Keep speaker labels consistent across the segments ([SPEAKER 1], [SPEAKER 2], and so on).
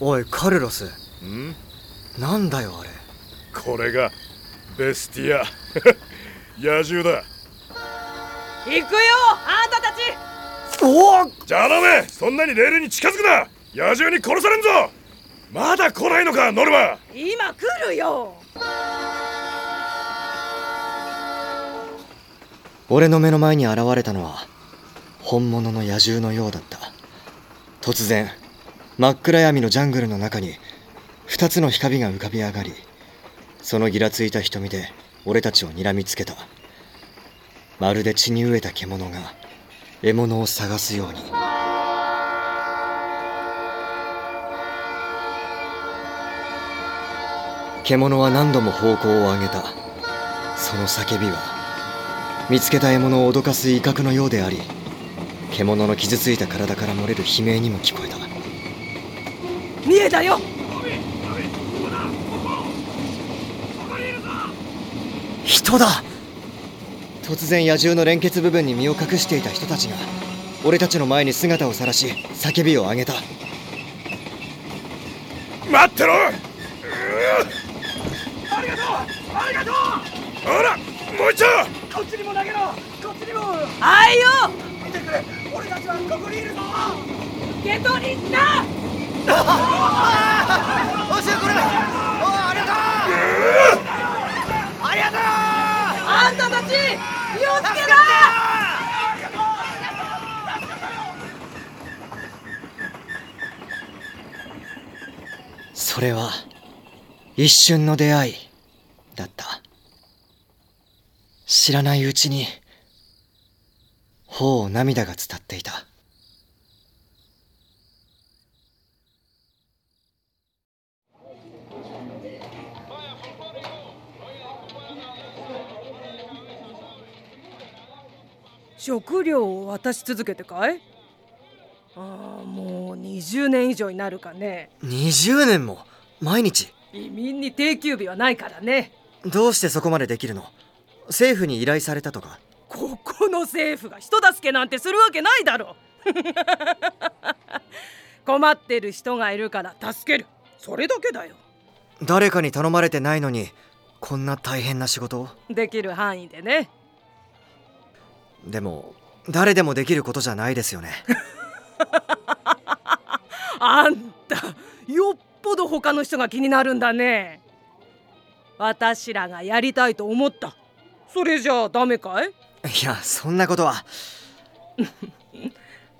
[SPEAKER 1] おいカルロス
[SPEAKER 2] ん
[SPEAKER 1] なんだよあれ
[SPEAKER 2] これがベスティア 野獣だ
[SPEAKER 3] 行くよあんたたち
[SPEAKER 1] おお
[SPEAKER 2] じゃあダメそんなにレールに近づくな野獣に殺されんぞまだ来ないのかノルマ
[SPEAKER 3] 今来るよ
[SPEAKER 1] 俺の目の前に現れたのは本物の野獣のようだった突然真っ暗闇のジャングルの中に2つの光が浮かび上がりそのぎらついた瞳で俺たちを睨みつけたまるで血に飢えた獣が獲物を探すように獣は何度も方向を上げたその叫びは見つけた獲物を脅かす威嚇のようであり獣の傷ついた体から漏れる悲鳴にも聞こえた
[SPEAKER 3] 見えたよ
[SPEAKER 1] 人だ突然野獣の連結部分に身を隠していた人たちが俺たちの前に姿を晒し叫びを上げた
[SPEAKER 2] 待ってろありがとうありがとうあらもう一度
[SPEAKER 3] あいよ見てくれ俺たちはここにいるぞゲトリンな あんたたち気をつけな
[SPEAKER 1] それは一瞬の出会いだった知らないうちに頬を涙が伝っていた
[SPEAKER 3] 食料を渡し続けてかいああもう20年以上になるかね
[SPEAKER 1] 20年も毎日
[SPEAKER 3] 移民に定休日はないからね
[SPEAKER 1] どうしてそこまでできるの政府に依頼されたとか
[SPEAKER 3] ここの政府が人助けなんてするわけないだろ 困ってる人がいるから助けるそれだけだよ
[SPEAKER 1] 誰かに頼まれてないのにこんな大変な仕事を
[SPEAKER 3] できる範囲でね
[SPEAKER 1] でも誰でもできることじゃないですよね
[SPEAKER 3] あんたよっぽど他の人が気になるんだね私らがやりたいと思ったそれじゃあダメかい
[SPEAKER 1] いやそんなことは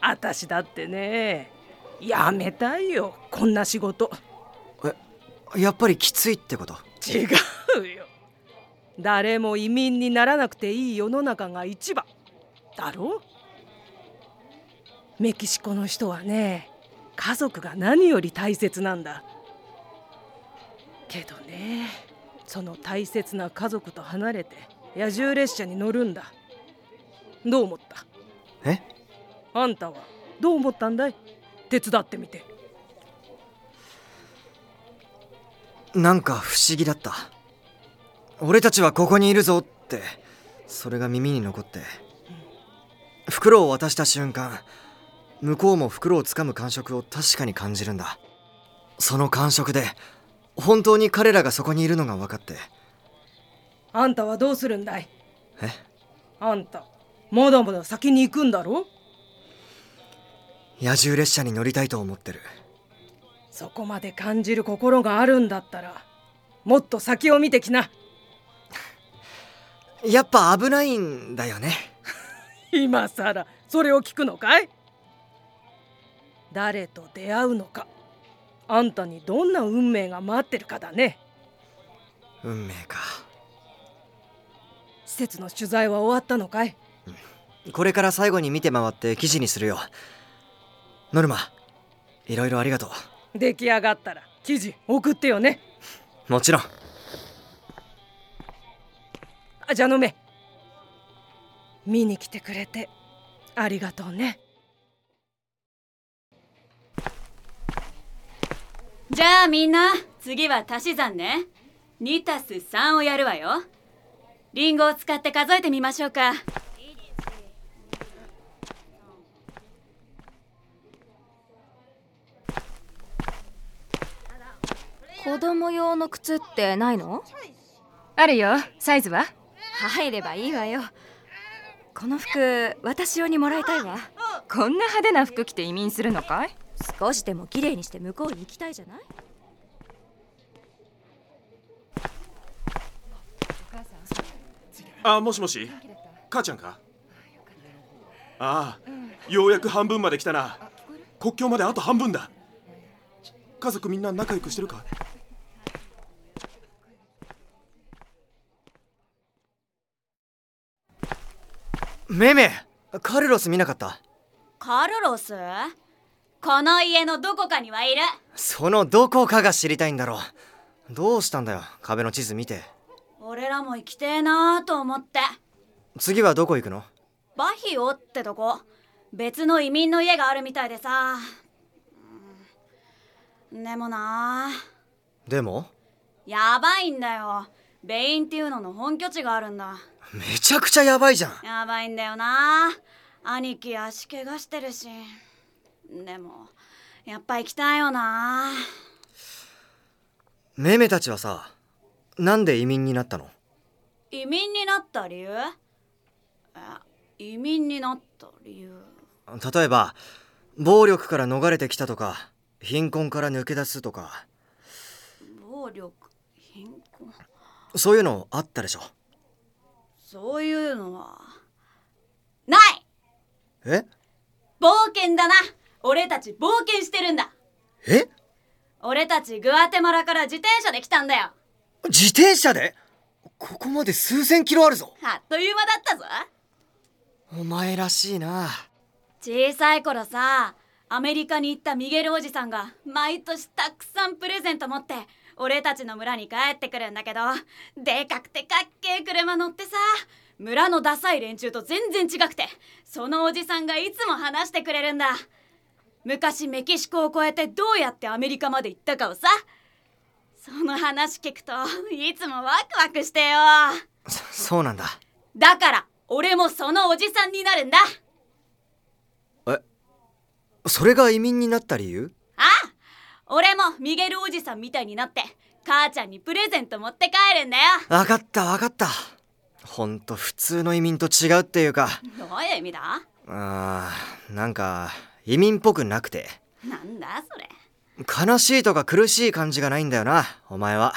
[SPEAKER 3] 私だってねやめたいよこんな仕事
[SPEAKER 1] やっぱりきついってこと
[SPEAKER 3] 違うよ誰も移民にならなくていい世の中が一番だろメキシコの人はね家族が何より大切なんだけどねその大切な家族と離れて野獣列車に乗るんだどう思った
[SPEAKER 1] え
[SPEAKER 3] あんたはどう思ったんだい手伝ってみて
[SPEAKER 1] なんか不思議だった俺たちはここにいるぞってそれが耳に残って袋を渡した瞬間向こうも袋をつかむ感触を確かに感じるんだその感触で本当に彼らがそこにいるのが分かって
[SPEAKER 3] あんたはどうするんだい
[SPEAKER 1] え
[SPEAKER 3] あんたまだまだ先に行くんだろ
[SPEAKER 1] 野獣列車に乗りたいと思ってる
[SPEAKER 3] そこまで感じる心があるんだったらもっと先を見てきな
[SPEAKER 1] やっぱ危ないんだよね
[SPEAKER 3] 今さらそれを聞くのかい誰と出会うのかあんたにどんな運命が待ってるかだね
[SPEAKER 1] 運命か
[SPEAKER 3] 施設の取材は終わったのかい
[SPEAKER 1] これから最後に見て回って記事にするよノルマいろいろありがと
[SPEAKER 3] 出来上がったら記事送ってよね
[SPEAKER 1] うもちろん
[SPEAKER 3] あじゃのめ見に来てくれてありがとうね
[SPEAKER 4] じゃあみんな次は足し算ね2たす3をやるわよリンゴを使って数えてみましょうか
[SPEAKER 5] 子供用の靴ってないの
[SPEAKER 6] あるよサイズは
[SPEAKER 5] 入ればいいわよこの服私用にもらいたいわ
[SPEAKER 6] こんな派手な服着て移民するのかい
[SPEAKER 5] 少しでも綺麗にして向こうに行きたいじゃない
[SPEAKER 7] あもしもし母ちゃんかああようやく半分まで来たな国境まであと半分だ家族みんな仲良くしてるか
[SPEAKER 1] めめカルロス見なかった
[SPEAKER 4] カルロスこの家のどこかにはいる
[SPEAKER 1] そのどこかが知りたいんだろうどうしたんだよ壁の地図見て
[SPEAKER 4] 俺らも行きてえなあと思って
[SPEAKER 1] 次はどこ行くの
[SPEAKER 4] バヒオってとこ別の移民の家があるみたいでさうんでもなあ
[SPEAKER 1] でも
[SPEAKER 4] やばいんだよベインっていうのの本拠地があるんだ
[SPEAKER 1] めちゃくちゃやばいじゃん
[SPEAKER 4] やばいんだよな兄貴足怪我してるしでもやっぱ行きたいよな
[SPEAKER 1] めめたちはさなんで移民になったの
[SPEAKER 4] 移民になった理由え移民になった理由
[SPEAKER 1] 例えば暴力から逃れてきたとか貧困から抜け出すとか
[SPEAKER 4] 暴力貧困
[SPEAKER 1] そういうのあったでしょ
[SPEAKER 4] そういうのはない
[SPEAKER 1] え
[SPEAKER 4] 冒険だな俺たち冒険してるんだ
[SPEAKER 1] え
[SPEAKER 4] 俺たちグアテマラから自転車で来たんだよ
[SPEAKER 1] 自転車でここまで数千キロあるぞ
[SPEAKER 4] あっという間だったぞ
[SPEAKER 1] お前らしいな
[SPEAKER 4] 小さい頃さアメリカに行ったミゲルおじさんが毎年たくさんプレゼント持って俺たちの村に帰ってくるんだけどでかくてかっけえ車乗ってさ村のダサい連中と全然違くてそのおじさんがいつも話してくれるんだ昔メキシコを越えてどうやってアメリカまで行ったかをさその話聞くといつもワクワクしてよ
[SPEAKER 1] そそうなんだ
[SPEAKER 4] だから俺もそのおじさんになるんだ
[SPEAKER 1] それが移民になった理由
[SPEAKER 4] 俺もミゲルおじさんみたいになって母ちゃんにプレゼント持って帰るんだよ
[SPEAKER 1] わかったわかったほんと普通の移民と違うっていうか
[SPEAKER 4] どういう意味だ
[SPEAKER 1] あーなんか移民っぽくなくて
[SPEAKER 4] なんだそれ
[SPEAKER 1] 悲しいとか苦しい感じがないんだよなお前は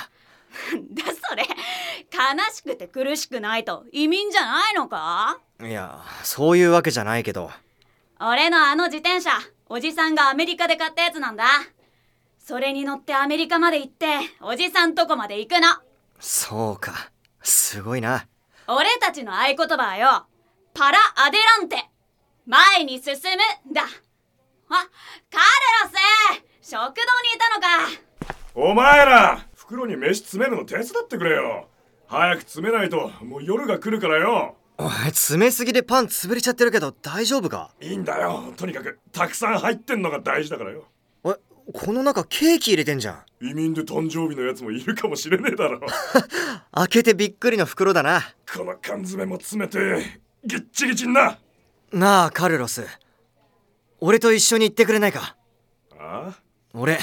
[SPEAKER 4] なんだそれ悲しくて苦しくないと移民じゃないのか
[SPEAKER 1] いやそういうわけじゃないけど
[SPEAKER 4] 俺のあの自転車おじさんがアメリカで買ったやつなんだそれに乗ってアメリカまで行っておじさんとこまで行くの
[SPEAKER 1] そうかすごいな
[SPEAKER 4] 俺たちの合言葉はよパラアデランテ前に進むだあカルロス食堂にいたのか
[SPEAKER 2] お前ら袋に飯詰めるの手伝ってくれよ早く詰めないともう夜が来るからよ
[SPEAKER 1] お前詰めすぎでパン潰れちゃってるけど大丈夫か
[SPEAKER 2] いいんだよとにかくたくさん入ってんのが大事だからよ
[SPEAKER 1] えこの中ケーキ入れてんじゃん
[SPEAKER 2] 移民で誕生日のやつもいるかもしれねえだろ
[SPEAKER 1] 開けてびっくりの袋だな
[SPEAKER 2] この缶詰も詰めてぎっちぎちにな
[SPEAKER 1] なあカルロス俺と一緒に行ってくれないか
[SPEAKER 2] ああ
[SPEAKER 1] 俺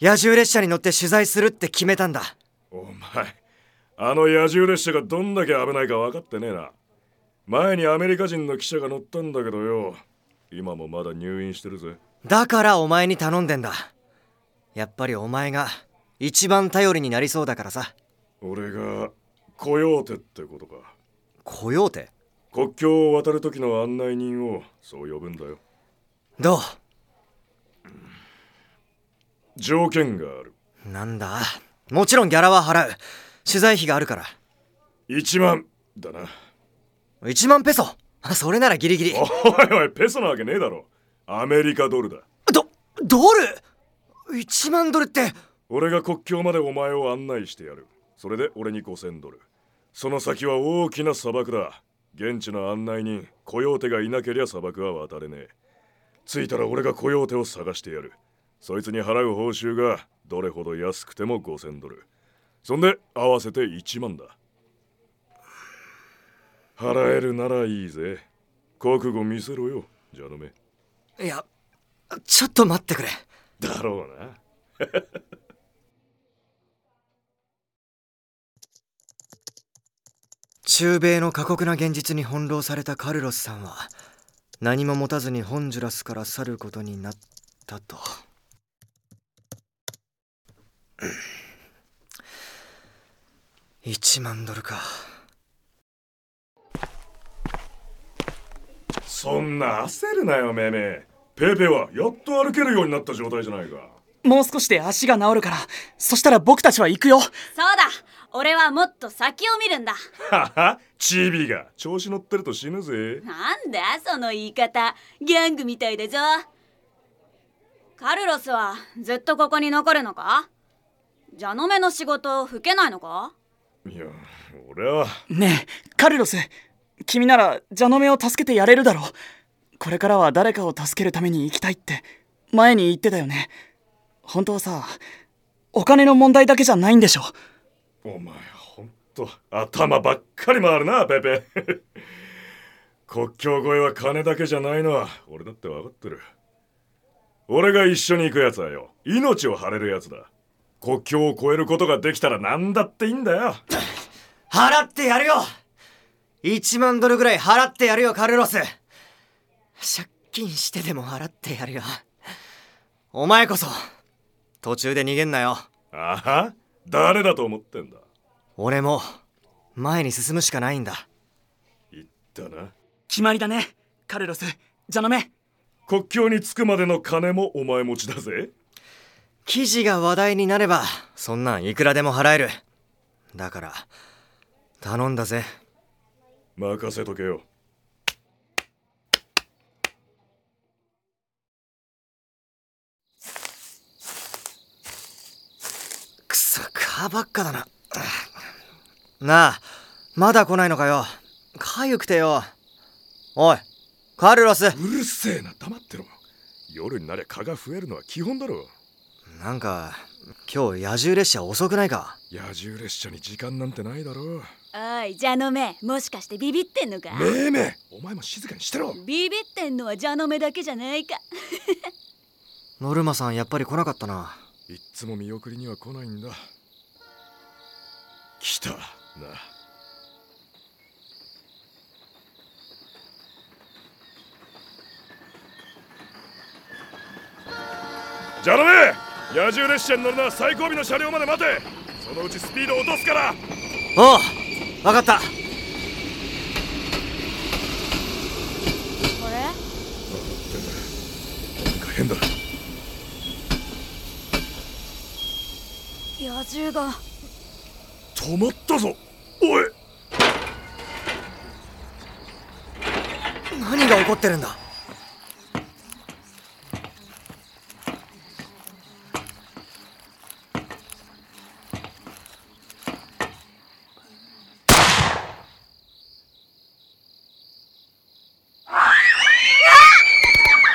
[SPEAKER 1] 野獣列車に乗って取材するって決めたんだ
[SPEAKER 2] お前あの野獣列車がどんだけ危ないか分かってねえな前にアメリカ人の記者が乗ったんだけどよ今もまだ入院してるぜ
[SPEAKER 1] だからお前に頼んでんだやっぱりお前が一番頼りになりそうだからさ
[SPEAKER 2] 俺がコヨーテってことか
[SPEAKER 1] 来ようて
[SPEAKER 2] 国境を渡る時の案内人をそう呼ぶんだよ
[SPEAKER 1] ど
[SPEAKER 2] 条件がある
[SPEAKER 1] うなんだもちろんギャラは払う取材費があるから
[SPEAKER 2] 1万だな
[SPEAKER 1] 1万ペソあそれならギリギリ
[SPEAKER 2] おいおいペソなわけねえだろアメリカドルだ
[SPEAKER 1] どドル ?1 万ドルって
[SPEAKER 2] 俺が国境までお前を案内してやるそれで俺に5000ドルその先は大きな砂漠だ現地の案内人コヨーテがいなけりゃ砂漠は渡れねえ着いたら俺がコヨーテを探してやるそいつに払う報酬がどれほど安くても5000ドルそんで合わせて1万だ払えるならいいぜ覚悟見せろよジャノメ
[SPEAKER 1] いやちょっと待ってくれ
[SPEAKER 2] だろうな
[SPEAKER 1] 中米の過酷な現実に翻弄されたカルロスさんは何も持たずにホンジュラスから去ることになったとうん1万ドルか
[SPEAKER 2] そんな焦るなよめめペーペーはやっと歩けるようになった状態じゃないか
[SPEAKER 8] もう少しで足が治るから、そしたら僕たちは行くよ
[SPEAKER 4] そうだ俺はもっと先を見るんだ
[SPEAKER 2] ははチビが調子乗ってると死ぬぜ
[SPEAKER 4] なんだその言い方ギャングみたいだぞカルロスはずっとここに残るのかジャノメの仕事を吹けないのか
[SPEAKER 2] いや俺は
[SPEAKER 8] ねえ、カルロス、君ならジャノメを助けてやれるだろう。これからは誰かを助けるために行きたいって、前に言ってたよね。本当はさ、お金の問題だけじゃないんでしょ。
[SPEAKER 2] お前ほんと頭ばっかり回るなペペ国境越えは金だけじゃないのは俺だって分かってる俺が一緒に行くやつはよ命を張れるやつだ国境を越えることができたら何だっていいんだよ
[SPEAKER 1] 払ってやるよ1万ドルぐらい払ってやるよカルロス借金してでも払ってやるよお前こそ途中で逃げんなよ
[SPEAKER 2] あは誰だと思ってんだ
[SPEAKER 1] 俺も前に進むしかないんだ
[SPEAKER 2] 言ったな
[SPEAKER 8] 決まりだね、カルロス、ジャノメ。
[SPEAKER 2] 国境に着くまでの金もお前持ちだぜ
[SPEAKER 1] 記事が話題になればそんなんいくらでも払えるだから頼んだぜ
[SPEAKER 2] 任せとけよ
[SPEAKER 1] くそ蚊ばっかだななあまだ来ないのかよかゆくてよおいカルロス
[SPEAKER 2] うるせえな黙ってろ夜になりゃ蚊が増えるのは基本だろ
[SPEAKER 1] なんか今日野獣列車遅くないか
[SPEAKER 2] 野獣列車に時間なんてないだろう
[SPEAKER 4] おいジャノメもしかしてビビってんのか
[SPEAKER 2] めいめいお前も静かにしてろ
[SPEAKER 4] ビビってんのはジャノメだけじゃないか
[SPEAKER 1] ノルマさんやっぱり来なかったない
[SPEAKER 2] っつも見送りには来ないんだ来たなじゃあめ野獣列車に乗るのは最後尾の車両まで待てそのうちスピードを落とすから
[SPEAKER 1] おう分かった
[SPEAKER 4] これ
[SPEAKER 2] なんか変だ
[SPEAKER 4] 野獣が
[SPEAKER 2] 止まったぞおい
[SPEAKER 1] 何が起こってるんだ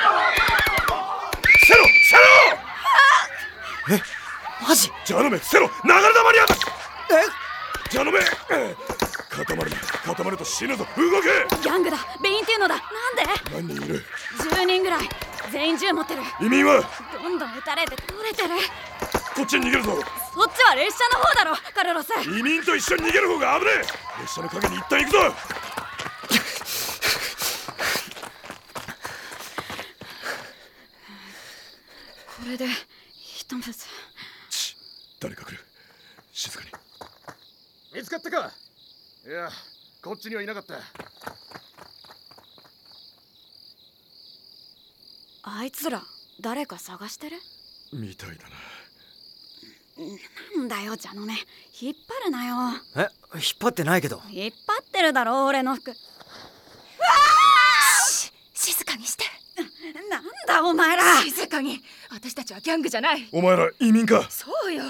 [SPEAKER 2] 伏せろ伏せろ
[SPEAKER 1] マジ
[SPEAKER 2] じゃあめ伏せろ流れ玉に当たる
[SPEAKER 1] え
[SPEAKER 2] じゃあめ固まるな固まると死ぬぞ動け
[SPEAKER 4] ギャングだベインっていうのだなん
[SPEAKER 2] 何
[SPEAKER 4] で
[SPEAKER 2] 人いる
[SPEAKER 4] 10人ぐらい全員銃持ってる
[SPEAKER 2] 移民は
[SPEAKER 4] どんどん撃たれて倒れてる
[SPEAKER 2] こっちに逃げるぞ
[SPEAKER 4] そっちは列車の方だろカルロス
[SPEAKER 2] 移民と一緒に逃げる方が危ねえ列車の陰に一旦行くぞ
[SPEAKER 4] これで一目ず
[SPEAKER 2] 誰か来る静かに
[SPEAKER 9] 見つかったかいやこっちにはいなかった
[SPEAKER 4] あいつら誰か探してる
[SPEAKER 2] みたいだな
[SPEAKER 4] なんだよジャノメ引っ張るなよ
[SPEAKER 1] え引っ張ってないけど
[SPEAKER 4] 引っ張ってるだろ俺の服
[SPEAKER 6] 静かにして
[SPEAKER 4] なんだお前ら
[SPEAKER 6] 静かに私たちはギャングじゃない
[SPEAKER 2] お前ら移民か
[SPEAKER 6] そうよ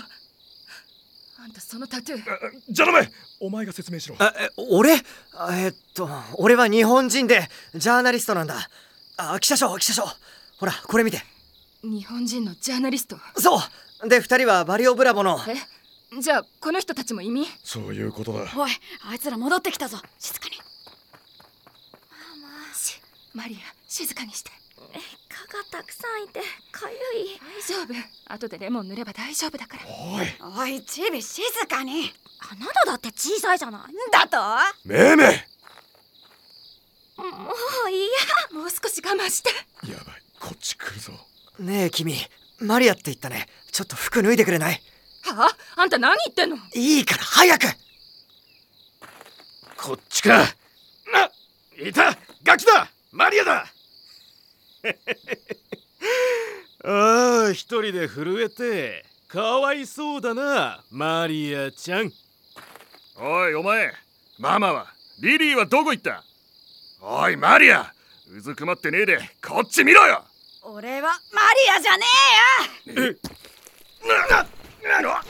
[SPEAKER 6] あんたそのタトゥー
[SPEAKER 2] あじゃのめお前が説明しろ
[SPEAKER 1] ええ俺あえっと俺は日本人でジャーナリストなんだあ記者賞記者賞ほらこれ見て
[SPEAKER 6] 日本人のジャーナリスト
[SPEAKER 1] そうで2人はバリオブラボの
[SPEAKER 6] えじゃあこの人たちも移民
[SPEAKER 2] そういうことだ
[SPEAKER 4] おいあいつら戻ってきたぞ静かに
[SPEAKER 6] しマリア静かにして
[SPEAKER 5] 蚊がたくさんいてかゆい
[SPEAKER 6] 大丈夫後でレモン塗れば大丈夫だから
[SPEAKER 2] おい
[SPEAKER 4] おいチビ静かに
[SPEAKER 10] カナダだって小さいじゃない
[SPEAKER 4] だと
[SPEAKER 2] め
[SPEAKER 10] も
[SPEAKER 2] め
[SPEAKER 10] ういやもう少し我慢して
[SPEAKER 2] やばいこっち来るぞ
[SPEAKER 1] ねえ君マリアって言ったねちょっと服脱いでくれない
[SPEAKER 6] はああんた何言ってんの
[SPEAKER 1] いいから早く
[SPEAKER 9] こっちかないたガキだマリア だああ一人で震えてかわいそうだなマリアちゃん
[SPEAKER 2] おいお前ママはリリーはどこ行ったおいマリアうずくまってねえでこっち見ろよ
[SPEAKER 4] 俺はマリアじゃねえよ
[SPEAKER 2] なな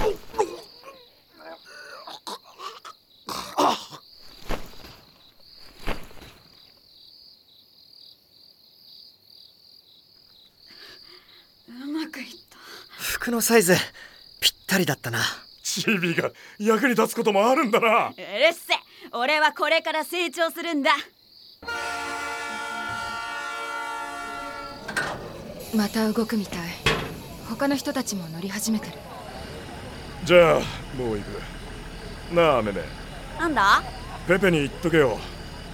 [SPEAKER 4] うまくいった
[SPEAKER 1] 服のサイズぴったりだったな
[SPEAKER 2] チビが役に立つこともあるんだな
[SPEAKER 4] うるせえ俺はこれから成長するんだ
[SPEAKER 6] また動くみたい他の人たちも乗り始めてる
[SPEAKER 2] じゃあもう行くなあメメ
[SPEAKER 4] なんだ
[SPEAKER 2] ペペに言っとけよ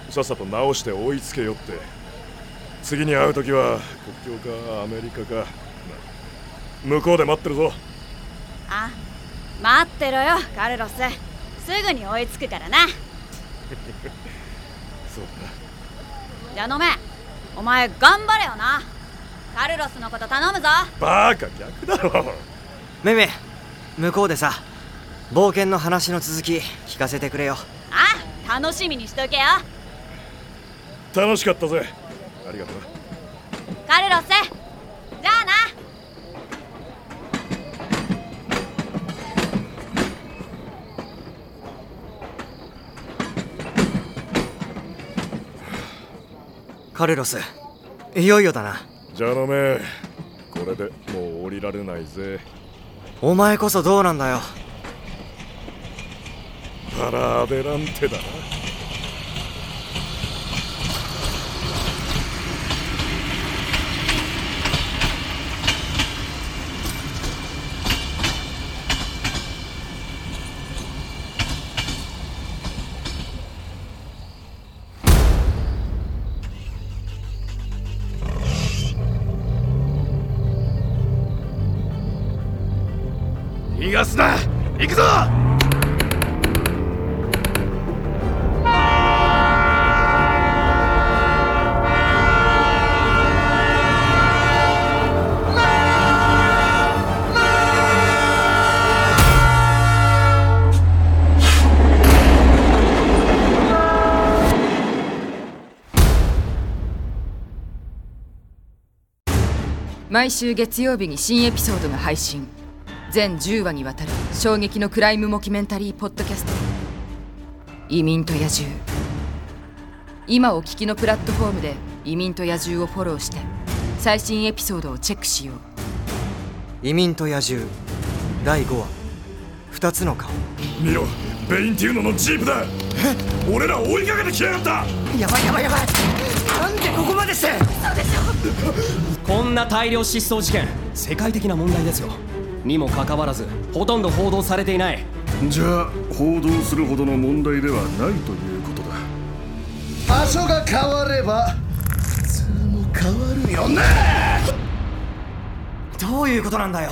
[SPEAKER 2] さっさと直して追いつけよって次に会う時は国境かアメリカかな向こうで待ってるぞ
[SPEAKER 4] あ待ってろよカルロスすぐに追いつくからな
[SPEAKER 2] そう
[SPEAKER 4] だなじゃのめお前頑張れよなカルロスのこと頼むぞ
[SPEAKER 2] バカ逆だろ
[SPEAKER 1] めめ向こうでさ冒険の話の続き聞かせてくれよ
[SPEAKER 4] あ楽しみにしとけよ
[SPEAKER 2] だ楽しかったぜありがとう
[SPEAKER 4] カルロスじゃあな
[SPEAKER 1] カルロスいよいよだな
[SPEAKER 2] じゃあのめこれでもう降りられないぜ
[SPEAKER 1] お前こそどうなんだよ
[SPEAKER 2] パラアデランテだな
[SPEAKER 9] 逃がすな行くぞ
[SPEAKER 6] 毎週月曜日に新エピソードが配信全10話にわたる衝撃のクライムモキュメンタリーポッドキャスト「移民と野獣」今お聞きのプラットフォームで「移民と野獣」をフォローして最新エピソードをチェックしよう
[SPEAKER 1] 移民と野獣第5話2つの顔
[SPEAKER 2] 見ろベインティーノのジープだえ俺ら追いかけてきやがった
[SPEAKER 1] やばいやばいやばいなんでここまでして
[SPEAKER 10] そうでしょ
[SPEAKER 11] こんな大量失踪事件世界的な問題ですよにもかかわらずほとんど報道されていない
[SPEAKER 12] じゃあ報道するほどの問題ではないということだ
[SPEAKER 9] 場所が変われば普通も変わるよね
[SPEAKER 1] どういうことなんだよ